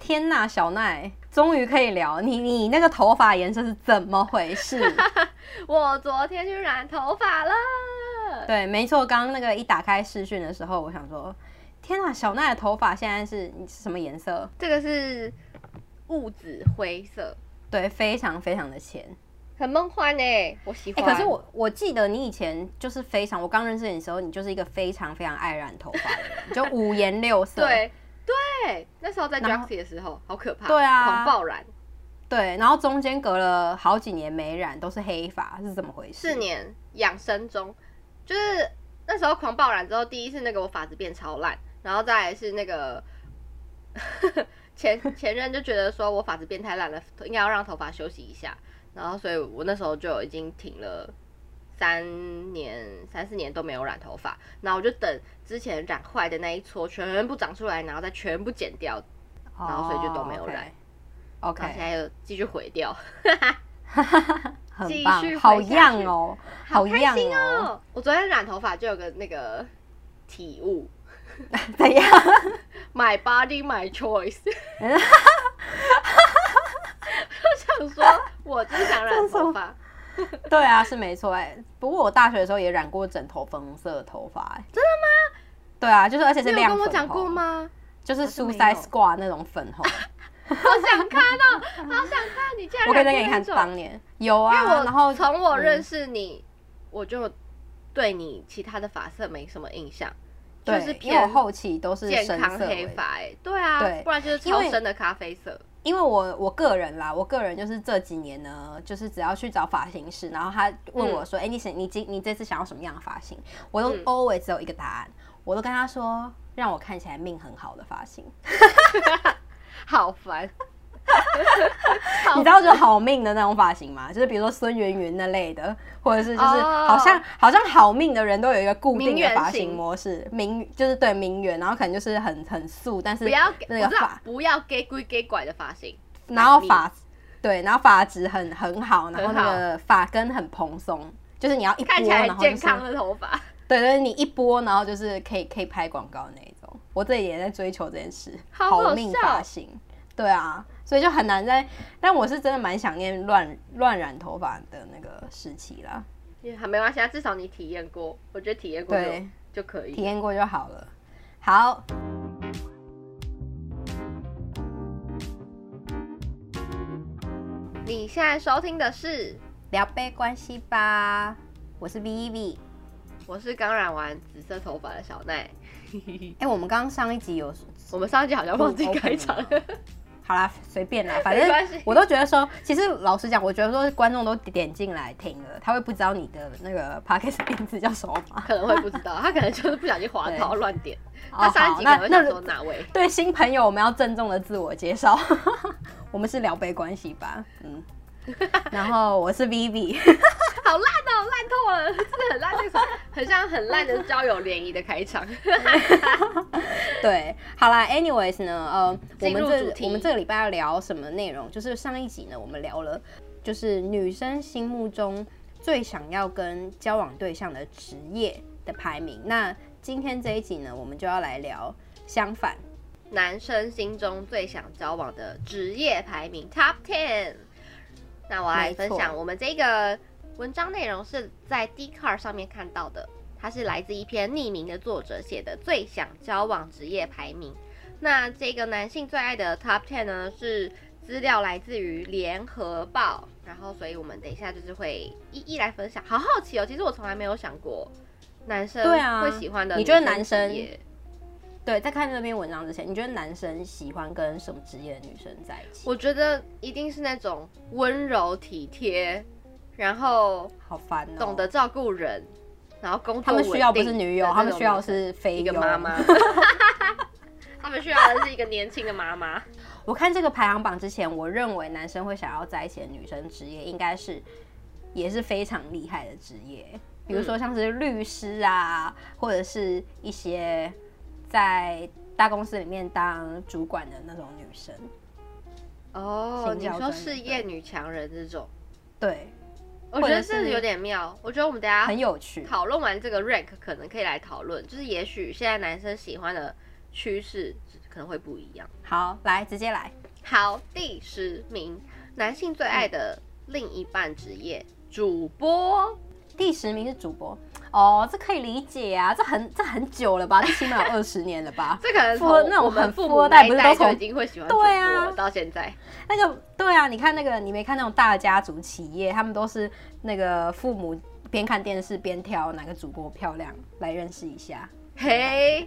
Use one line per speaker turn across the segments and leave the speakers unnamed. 天呐，小奈，终于可以聊你，你那个头发颜色是怎么回事？
我昨天去染头发了。
对，没错，刚刚那个一打开视讯的时候，我想说，天呐，小奈的头发现在是什么颜色？
这个是雾紫灰色，
对，非常非常的浅。
很梦幻呢、欸我喜
哎、
欢。
可是我我记得你以前就是非常，我刚认识你的时候，你就是一个非常非常爱染头发的 人，就五颜六色。
对对，那时候在
然后
Juxy 的时候，好可怕，
对啊
狂暴染，
对，然后中间隔了好几年没染，都是黑发，是怎么回事？
四年养生中，就是那时候狂暴染之后，第一是那个我发质变超烂，然后再来是那个 前前任就觉得说我发质变太烂了，应该要让头发休息一下，然后所以我那时候就已经停了。三年、三四年都没有染头发，然后我就等之前染坏的那一撮全部长出来，然后再全部剪掉，
哦，
然后所以就都没有染
OK，,
然后现在又继续毁掉。
很
继
棒
续，回
好
下
样
去
哦，
好开
样
心
哦，
哦！我昨天染头发就有个那个体悟
怎样？
，My body, my choice。就想说，我就是想染头发，
对啊，是没错哎、不过我大学的时候也染过整头粉红色的头发、哎。真的吗？对啊，就是而且
你
是
有
亮
跟我
粉
讲过
红？
吗？
就是
好像没
Suicide
有
Squad 那种粉 红，
好想看哦，好想看！你竟然
我可以再
染
给你
过
看
那种
当年有啊，
因为我
然后
从我
嗯
认识你，我就对你其他的发色没什么印象，就
对，
是
因为我
偏
后期都是
健
深
康
色为
黑
主
发。哎，对啊，
对
不然就是
因
超
为
深的咖啡色。
因为我我个人啦，我个人就是这几年呢，就是只要去找发型师，然后他问我说：“哎、你想你今你这次想要什么样的发型？”我都
嗯
always 只有一个答案，我都跟他说：“让我看起来命很好的发型。”
好烦。
你知道就是好命的那种发型吗？就是比如说孙芸芸那类的，或者是就是
哦
好像、好像好命的人都有一个固定
名
的
媛
发
型
型模式，名就是对名媛，然后可能就是很很素，但是
不要给，
那
我
个
知道
发，
不要给鬼给拐的发型，
然后
你
发对，然后发质很很好，然后
很
那个发根很蓬松，就是你要一拨，
看起来
然后
健
就是
康的头发。
对对，你一拨，然后就是可以可以拍广告那一种。我自己也在追求这件事，
好好
命
笑
发型。对啊，所以就很难在，但我是真的蛮想念乱乱染头发的那个时期啦。
也还没关系啊，至少你体验过，我觉得体验过就
对，
就可
体
以。
验过就好了。好，
你现在收听的是，
聊杯关系吧。我是 Vivi。
我是刚染完紫色头发的小奈。
哎、我们刚刚上一集有
我们上一集好像忘记开场，
不 open 好啦，随便啦，反
没关系
正我都觉得说，其实老实讲，我觉得说观众都点进来听了，他会不知道你的那个 podcast 名字叫什么吗？
可能会不知道，他可能就是不小心滑到乱 点。
哦
他上一集可
好
能
那那
会想说哪位？
对新朋友，我们要郑重的自我介绍， 我们是聊杯关系吧， 嗯，然后我是 Vivi，
好烂哦，烂透了，真的很烂，那个很 像很烂的交友联谊的开 场。
对，好啦，anyways 呢，呃，我
进入
们
主
这
题
我们这个礼拜要聊什么内容？就是上一集呢，我们聊了就是女生心目中最想要跟交往对象的职业的排名，那今天这一集呢，我们就要来聊相反，
男生心中最想交往的职业排名 Top Ten。那我来分
没
享
错
我们这个文章内容是在 d c a r 上面看到的，它是来自一篇匿名的作者写的最想交往职业排名。那这个男性最爱的 Top Ten 呢是。资料来自于联合报，然后所以我们等一下就是会一一来分享。好好奇哦，其实我从来没有想过男生
对啊
会喜欢的
你
女
觉
生职
得
业。
男生对，在看这篇文章之前，你觉得男生喜欢跟什么职业的女生在一起？
我觉得一定是那种温柔体贴，然后
好烦哦、
懂得照顾人，然后工作
他们需要不是女友，他们需要
的这种
是非
一个
友
妈妈。他们需要的是一个年轻的 妈妈。
我看这个排行榜之前，我认为男生会想要在一起的女生职业，应该是也是非常厉害的职业，比如说像是律师啊，或者是一些在大公司里面当主管的那种女生。
哦，
性
你
交
说
专
事
员
业女强人这种，
对，
我
或
觉
者
得这
是
有点妙。我觉得我们等一下
很有趣。
讨论完这个 rank，可能可以来讨论，就是也许现在男生喜欢的趋势，可能会不一样。
好，来直接来，
好，第十名，男性最爱的另一半职业，
嗯
主播。
第十名是主播。哦，这可以理解啊，这很这很久了吧？这起码有二十年了吧？
这可能
富二
从
那种
我们
很
父
富
母
二代
那
不
一
是
代
都
就已
从
经会喜欢主
对
播
啊
了，到现在。
那个对啊，你看那个，你没看那种大家族企业，他们都是那个父母边看电视边挑哪个主播漂亮来认识一下。
嘿，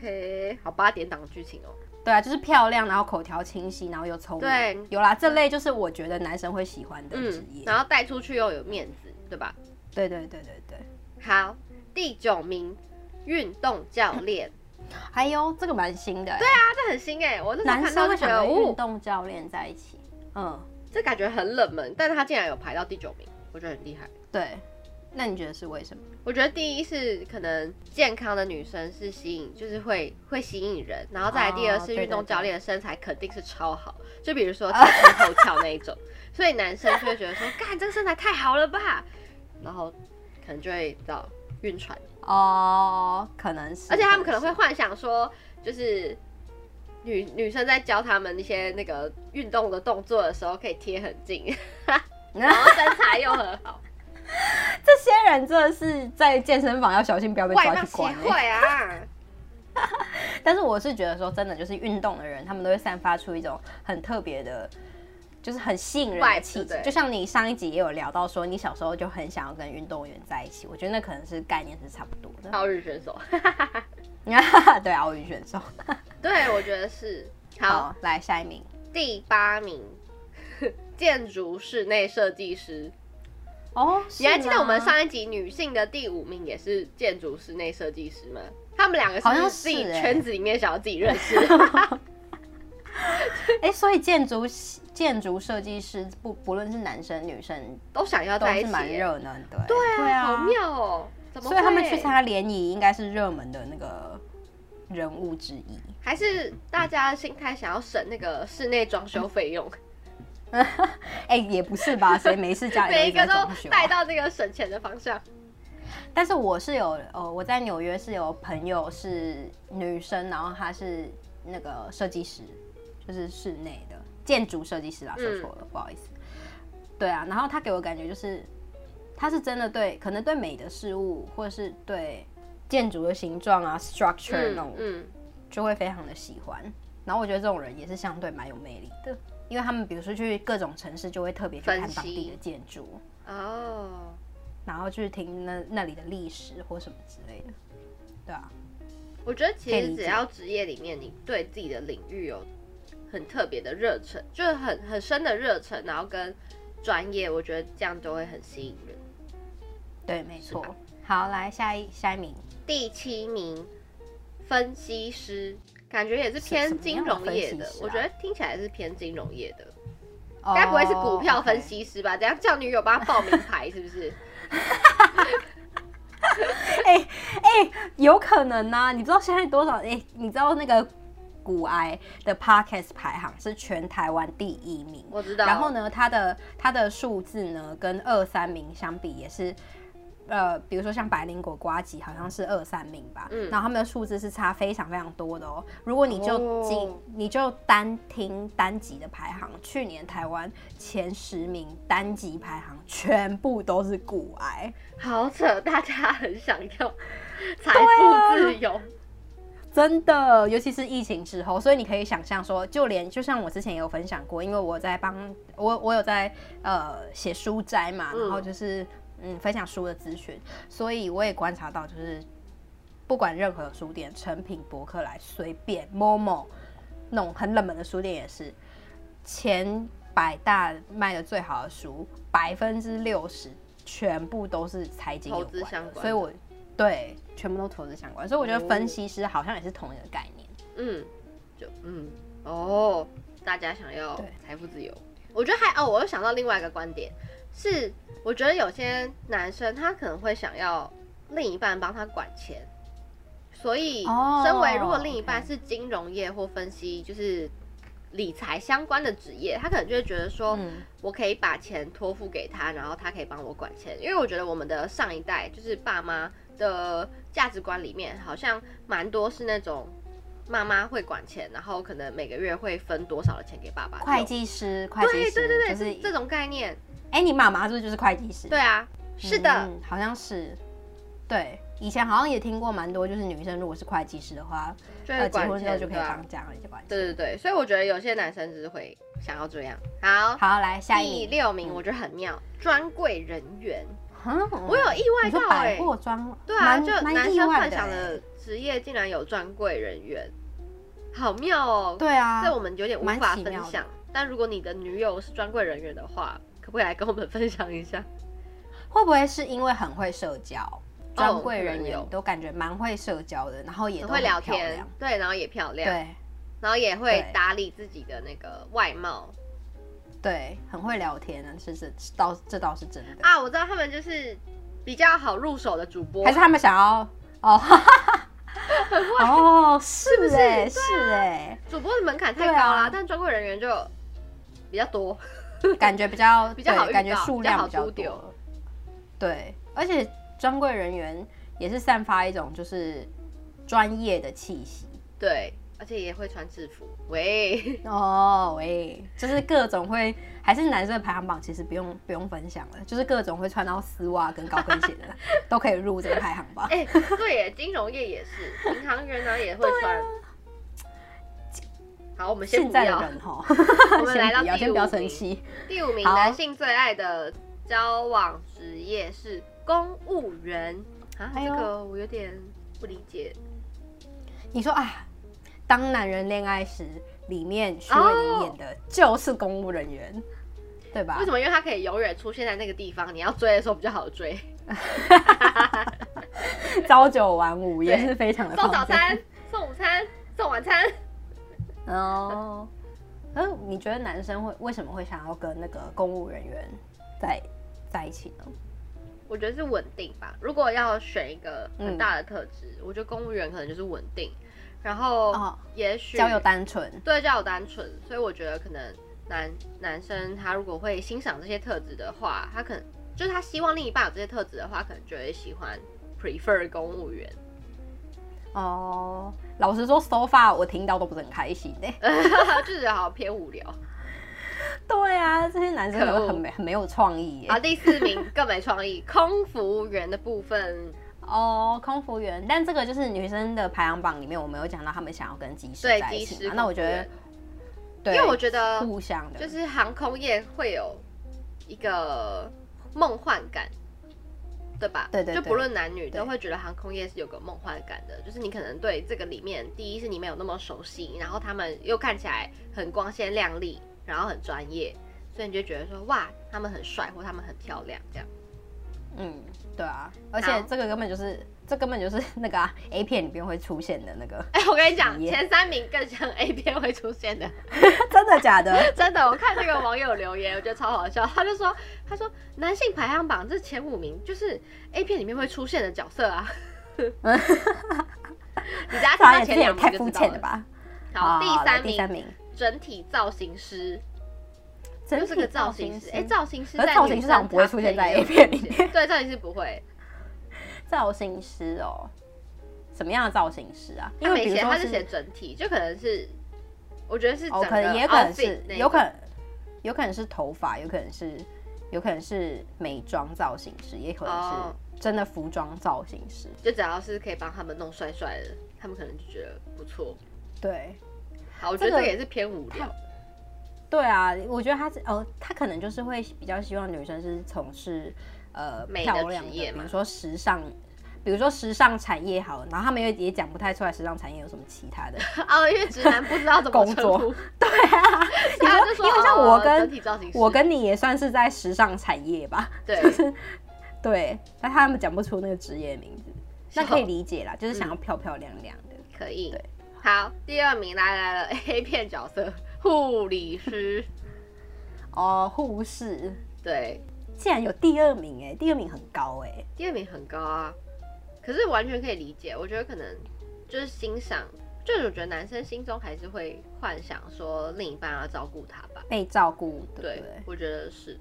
嘿，好八点档的剧情哦。
对啊，就是漂亮，然后口条清晰，然后又聪明。
对
有啦，这类就是我觉得男生会喜欢的职
嗯
业。，
然后带出去又有面子，对吧？
对对对对对。
好，第九名，运动教练。
还有这个蛮新的欸、对
啊，这很新哎、我那时候
男
看
生
到
会
就觉
想
得，
跟运
哦，
动教练在一起。嗯，
这感觉很冷门，但是他竟然有排到第九名，我觉得很厉害。
对。那你觉得是为什么？
我觉得第一是可能健康的女生是吸引，就是会会吸引人，然后再来第二
哦
是
对对
运动
对
教练的身材肯定是超好，就比如说前凸后翘那一种，所以男生就会觉得说，干这个身材太好了吧，然后可能就会你知道晕船，
哦，可能是，
而且他们可能
是
会幻想说，就是女女生在教他们一些那个运动的动作的时候可以贴很近， 然后身材又很 好，
这些人真的是在健身房要小心不要被
外
抓
貌
去
协
关欸、
会啊。
但是我是觉得说，真的就是运动的人，他们都会散发出一种很特别的，就是很吸引人的
Vibe，
气质
对。
就像你上一集也有聊到说，你小时候就很想要跟运动员在一起，我觉得那可能是概念是差不多的。
奥运选手，
对，奥运选手。
对，我觉得是。好，
好，来下一名。
第八名， 建筑室内设计师。
哦，
你还记得我们
是吗
上一集女性的第五名也是建筑室内设计师吗？他们两个是
好像
不是自己
是欸
圈子里面想要自己认识，
哎、所以建筑系建筑设计师不不论是男生女生
都想要
都
在一
是
起
蛮
欸。
热门的欸、
对啊，
对啊，
好妙哦！怎么
所
会？
以他们去参加联谊应该是热门的那个人物之一。
还是大家的心态想要省那个室内装修费用，
哎、也不是吧？谁没事家里
每一
都在
个都
装修啊
带到这个省钱的方向。
但是我是有，呃，我在纽约是有朋友是女生，然后她是那个设计师，就是室内的建筑设计师啦，说
嗯
错了，不好意思。对啊，然后她给我感觉就是，她是真的对，可能对美的事物，或者是对建筑的形状啊、structure 那种，
嗯，
就会非常的喜欢。然后我觉得这种人也是相对蛮有魅力的，因为他们比如说去各种城市，就会特别去看
分析
当地的建筑，
哦，
然后去听那那里的历史或什么之类的，对啊，
我觉得其
可以
实
理
只
解
要职业里面你对自己的领域有很特别的热忱，就是很很深的热忱，然后跟专业，我觉得这样就会很吸引人。
对，没
是吧
错。好，来下一下一名，
第七名，分析师，感觉也是
什
偏
么
金
样的
融业
分析
的，
师啊
我觉得听起来是偏金融业的。
哦
该不会是股票分？析师吧？等下叫女友帮他报名牌，是不是？
OK 有可能呐、你知道现在多少？哎、你知道那个股癌的 podcast 排行是全台湾第一名，
我知道。
然后？呢，它的它的数字呢，跟二三名相比也是，呃，比如说像百灵果、瓜吉，好像是二三名吧。
嗯
然后他们的数字是差非常非常多的哦。如果你就仅、
哦
你就单听单集的排行，去年台湾前十名单集排行全部都是骨癌，
好扯，大家很想要 财
啊
富自由。
真的，尤其是疫情之后，所以你可以想象说，就连就像我之前也有分享过，因为我在帮我我有在呃写书斋嘛，
嗯
然后就是嗯分享书的资讯，所以我也观察到，就是不管任何书店、成品、博客来，随便 Momo 那种很冷门的书店也是，前百大卖的最好的书，百分之六十全部都是财经有
投资
关的
相关的
所以我对全部都投资相关，所以我觉得
哦
分析师好像也是同一个概念。
嗯，就嗯，哦，大家想要
对
财富自由，我觉得还哦，我又想到另外一个观点是，我觉得有些男生他可能会想要另一半帮他管钱，所以
哦
身为如果另一半
OK
是金融业或分析就是理财相关的职业，他可能就会觉得说，
嗯
我可以把钱托付给他，然后他可以帮我管钱。因为我觉得我们的上一代就是爸妈的价值观里面，好像蛮多是那种妈妈会管钱，然后可能每个月会分多少的钱给爸爸用。
会计师，会计
对
师，
对对对，
就是
这这种概念。
哎、你妈妈是不是就是会计师？
对啊，是的，
嗯好像是。对，以前好像也听过蛮多，就是女生如果是会计师的话，
就
呃，
会
结
管
婚之后
钱，
就可以
对啊
放假了，就管。
对对对，所以我觉得有些男生就是会想要这样。好，
好，来下
第
一名。
六名我觉得很妙，专柜人员，
嗯
我有意外
你说
到
百
哎、
货装，
对啊，
蛮
就
蛮
男
意
生
外
幻
的
想
哎。
的职业竟然有专柜人员，好妙哦。
对啊，
这我们有点无
蛮
法
奇
分
妙的
享。但如果你的女友是专柜人员的话，可不可以来跟我们分享一下？
会不会是因为很会社交？专柜人
可能
员
哦有
都感觉蛮会社交的，然后 也
很
都
会聊
漂
天
亮，，
对，然后也漂亮，
对
然后也会
对
打理自己的那个外貌
对，很会聊天呢，是这这倒这倒是真的。
啊。我知道他们就是比较好入手的主播
还，是他们想要哦，哈哈哈哈哦，是不是？是哎、
主播的门槛太
对
高
啊
啦，但专柜人员就比较多。
感觉比较
比较好
对
遇
感觉
到
数
比较
量
好
比较
丢丢
多。对，而且专柜人员也是散发一种就是专业的气息
对，而且也会穿制服。喂，
哦，喂，就是各种会，还是男生的排行榜其实不用不用分享了，就是各种会穿到丝袜跟高跟鞋 的都可以入这个排行榜。
哎、对耶，金融业也是，银行员呢也会穿。好，我们先
啊现
不
在
要
的。人哈，
我们来
先
到
不要
第
先不要
五
生
名
气，
第五名，
好
男性最爱的交往职业是公务员啊，
哎
这
呦
个我有点不理解。
你说啊，当男人恋爱时，里面徐伟宁演的就是公务人员，对吧
哦为？什么？因为他可以永远出现在那个地方，你要追的时候比较好追。
朝九晚五也是非常的
送
方
早
便。
餐，送午餐，送晚餐。
哦，嗯，你觉得男生会为什么会想要跟那个公务人员在在一起呢？
我觉得是稳定吧。如果要选一个
嗯
很大的特质，我觉得公务员可能就是稳定，然后
哦
也许、
交友单纯，
对交友单纯，所以我觉得可能男男生他如果会欣赏这些特质的话，他可能就是他希望另一半有这些特质的话，可能就会喜欢 prefer 公务员。
哦，老实说，so far 我听到都不是很开心欸呢、
呃就是好像偏无聊。
对啊，这些男生
可恶
都很没很没有创意耶、
好，第四名更没创意，空服务员的部分，
哦，空服员，但这个就是女生的排行榜里面，我没有讲到他们想要跟技师
对
在一
机
起
师
嘛。那我觉得，对，
因为我觉得
互相的，
就是是航空业会有一个梦幻感，对吧？
对对
就
对
不论男女
对
都会觉得航空业是有个梦幻感的，就是你可能对这个里面，第一是你没有那么熟悉，然后他们又看起来很光鲜亮丽，然后很专业，所以你就觉得说哇，他们很帅或他们很漂亮这样。
嗯，对啊，而且这个根本就是，这根本就是那个、啊、A 片里边会出现的那个，
哎、我跟你讲，
职业
前三名更像 A 片会出现的。
真的假的？
真的，我看那个网友留言，我觉得超好笑。他就说：“他说男性排行榜这前五名就是 A 片里面会出现的角色啊。” 你大
导
家听到
演这
前
也
两名
太
就
肤
知道
浅了
了。
吧？
好，第
来
三
第三
名
名，
整体造型师，
整
就是个
体
造型师。哎，造型师
可是
在
造
女
型师
生
好像不会
常
出
见
现在
也有
A 片里
出现
面
对，造型师不会。
造型师哦，什么样的造型师啊？
他
因为
没
比如
写，
说
他是写整体，就可能是，我觉得是整
哦，
个
可能也可能
outfit
是
那，一
有可
种
能，有可能是头发，有可能是，有可能是美妆造型师，也可能
哦
是真的服装造型师。
就只要是可以帮他们弄帅帅的，他们可能就觉得不错。
对，
好，我觉得
这个
这个也是偏无聊。
对啊，我觉得他是哦，他可能就是会比较希望女生是从事呃
美的
漂亮的，
职业
比
嘛
如说时尚。比如说时尚产业好了，然后他们又也讲不太出来时尚产业有什么其 他的。
哦，因为直男不知道怎么
工
称
作
呼，
你
他
说
就说
因为像
哦
我跟
整体造型师，
我跟你也算是在时尚产业吧，
对
对，但他们讲不出那个职业名字，那
哦
可以理解啦，就是想
嗯
要漂漂亮亮的。
可以
对。
好，第二名来来了 A 片角色护理师，
哦，护士
对，
竟然有第二名哎、第二名很高哎、
第二名很高啊，可是完全可以理解。我觉得可能就是欣赏，就是我觉得男生心中还是会幻想说另一半要照顾他吧，
被照顾，对不对？
对，我觉得是。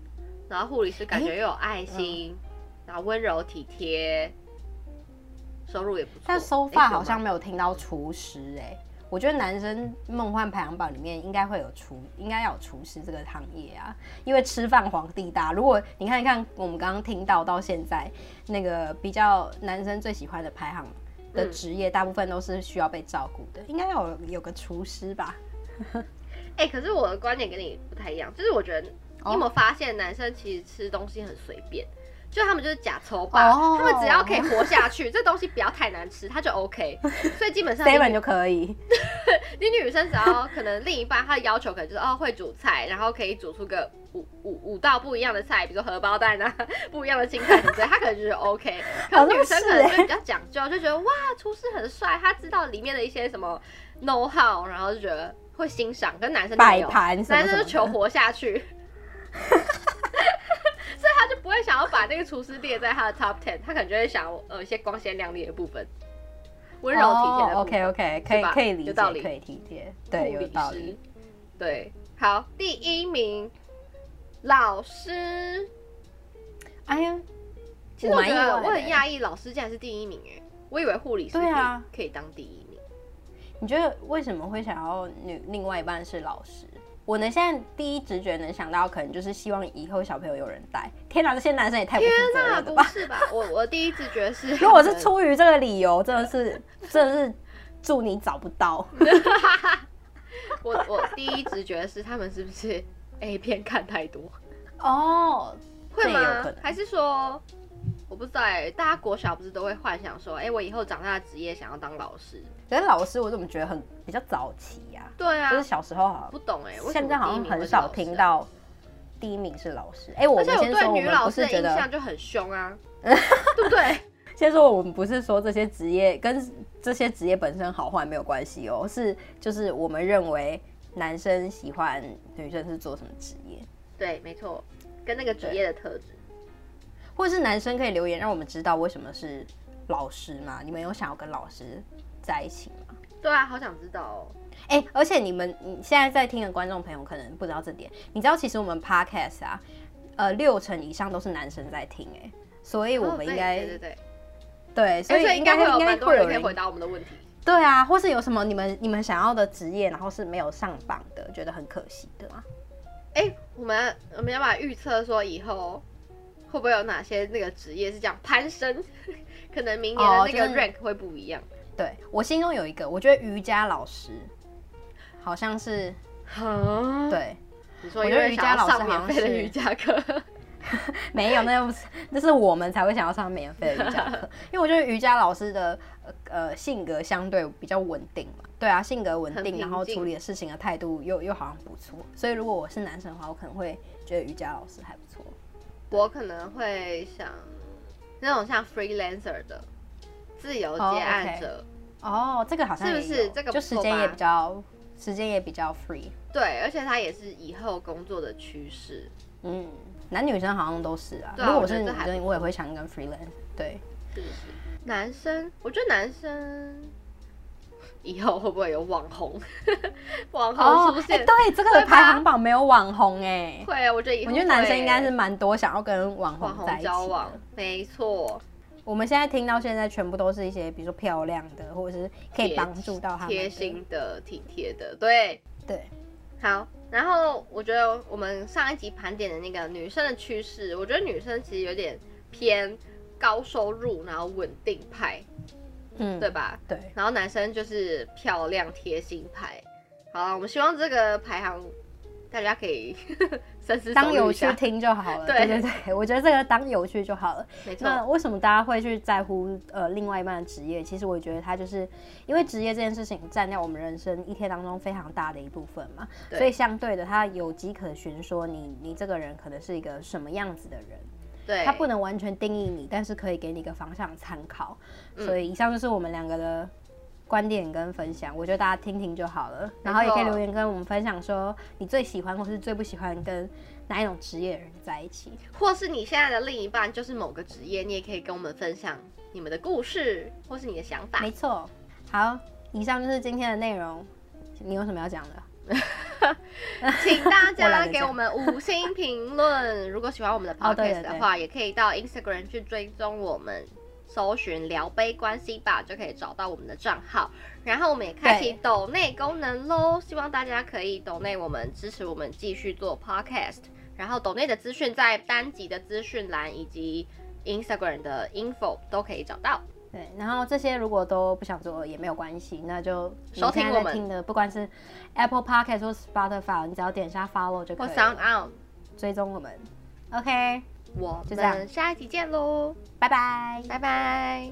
然后护理师感觉
诶嗯
又有爱心，然后温柔体贴，收入也不错。
但收
哦诶
发
有
好像
吗
没有听到厨师哎、我觉得男生梦幻排行榜里面应该会有厨，应该要有厨师这个行业啊，因为吃饭皇帝大。如果你看一看我们刚刚听到到现在那个比较男生最喜欢的排行的
嗯
职业，大部分都是需要被照顾的，应该要有有个厨师吧？
哎、可是我的观点跟你不太一样，就是我觉得
哦
你有没有发现，男生其实吃东西很随便，就他们就是假抽吧
哦
他们只要可以活下去，这东西不要太难吃，他就 OK。所以基本上你
seven 就可以，
你女生只要可能另一半她的要求可能就是哦会煮菜，然后可以煮出个五五五道不一样的菜，比如说荷包蛋啊，不一样的青菜什么之类，她可能就是 OK。可
好
是
像
女生可能
是
就
欸
比较讲究，就觉得哇厨师很帅，他知道里面的一些什么 know how，然后就觉得会欣赏。跟男生就没有
摆盘什么
男
什
生
么
就
的
求活下去， 所以他就不会想要把那个厨师列在他的 top ten，他可能就会想呃一些光鲜亮丽的部分，温柔体贴的部分。
OK OK，可以
是吧
哦可以理解，
有道理
可以体贴，对，
护
有
理
道
师
理。。
对，好，第一名老师，
哎呀，
其实我觉
蛮
得
意外的欸
我很讶异，老师竟然是第一名哎，我以为护理师可以
对啊
可以当第一名。
你觉得为什么会想要女另外一半是老师？我呢，现在第一直觉能想到，可能就是希望以后小朋友有人带。天哪，这些男生也太不
天
负责
哪，
任了
不
吧！
是吧？我我第一次觉得 是，
如果是出于这个理由，真的是，真的是祝你找不 到。
我我第一直觉得是他们是不是 A 片看太多，
哦，
会
这也有
吗
可能？
还是说？我不知道哎、大家国小不是都会幻想说，哎、我以后长大的职业想要当老师。
可是老师我怎么觉得很比较早期呀、
对啊，
就是小时候好
不懂哎、
像，
为什
现
么
在好
第一
像
名会
很
是
少
老师
听
啊
到第一名是老师。哎、我
而
们
且我
先
对
说，我
女
们
老
不
师
是
的
觉
印
得
象就很凶啊，对不对？
先说我们不是说这些职业跟这些职业本身好坏没有关系哦，是就是我们认为男生喜欢女生是做什么职业，
对，没错，跟那个职业的特质。
或者是男生可以留言让我们知道为什么是老师嘛？你们有想要跟老师在一起吗？
对啊，好想知道哦。
哎、而且你们你现在在听的观众朋友可能不知道这点，你知道其实我们 podcast 啊，呃，六成以上都是男生在听哎、所以我
哦
们应
对
该、
对对对，
对，所
所
以
以
应
哎应
该
该会
应
有
该
蛮多
会
人
有
可以
人
回答我们的问题。
对啊，或是有什么你们你们想要的职业，然后是没有上榜的，觉得很可惜的吗？
哎，我们我们要把预测说以后会不会有哪些那个职业是这样攀升？ 可能明年
哦
的那
就
个
是
rank 会不一样。
对我心中有一个，我觉得瑜伽老师好像是
哈，
对，
你说
我
因
觉得
为
瑜
想
伽
要
老师
上
好
免
像
费的
是
瑜伽课，
没有，那又不是，那是我们才会想要上免费的瑜伽 课，因为我觉得瑜伽老师的呃呃性格相对比较稳定嘛，对啊，性格稳
很
定，
平
然后
静
处理的事情的态度又又好像不错，所以如果我是男生的话，我可能会觉得瑜伽老师还不错。
我可能会想那种像 freelancer 的自由接
哦，OK
案者。
哦，这个好像
是不
也
是
有
这个
就
不
时
错
间也
吧
比较时间也比较 free。
对，而且它也是以后工作的趋势。
嗯，男女生好像都是啊。
对啊
如果
我
我是
觉得
女
这还
生，我也会想跟 freelance。对，
是不是？男生，我觉得男生以后会不会有网红？ 网红出
哎、
现？
对，这
会
个
吧
排行榜没有网红哎、
会啊，我觉得以后
我觉得男生
会
应该是蛮多想要跟网
网
红在一
红
起
交
的
往，没错，
我们现在听到现在全部都是一些比如说漂亮的，或者是可以
贴
帮助到他们的
贴心的、体贴的，对，
对，
好。然后我觉得我们上一集盘点的那个女生的趋势，我觉得女生其实有点偏高收入，然后稳定派，
嗯，
对吧？
对。
然后男生就是漂亮贴心牌。好了，我们希望这个排行大家可以 深思
当
熟虑
有
一
趣
下。
听就好了，
对
对对对，我觉得这个当有趣就好了。
没错，
那为什么大家会去在乎呃另外一半的职业？其实我觉得他就是因为职业这件事情占掉我们人生一天当中非常大的一部分嘛，
对
所以相对的，他有迹可循，说你你这个人可能是一个什么样子的人，
对，
他不能完全定义你，但是可以给你一个方向参考。
嗯
所以以上就是我们两个的。观点跟分享，我觉得大家听听就好了，然后也可以留言跟我们分享说你最喜欢或是最不喜欢跟哪一种职业的人在一起。
或是你现在的另一半就是某个职业，你也可以跟我们分享你们的故事，或是你的想法
没。错，好，以上就是今天的内容。你有什么要讲的？
请大
我懒
家
得
给
讲
我们五星评论。如果喜欢我们的
哦对
podcast
对
的话，也可以到 Instagram 去追踪我们。搜寻“聊杯关系吧”就可以找到我们的账号。然后我们也开启抖内功能喽，希望大家可以抖内我们支持我们继续做 podcast。然后抖内的资讯在单集的资讯栏以及 Instagram 的 info 都可以找到。
对，然后这些如果都不想做也没有关系，那就你
收听
现
我
在在
们
听的，不管是 Apple Podcast 或 Spotify，你只要点下 follow 就可
或
以
Sound
了，
On，
追踪我们。OK，
我
就这样
们下一集见喽，
拜拜。
拜拜。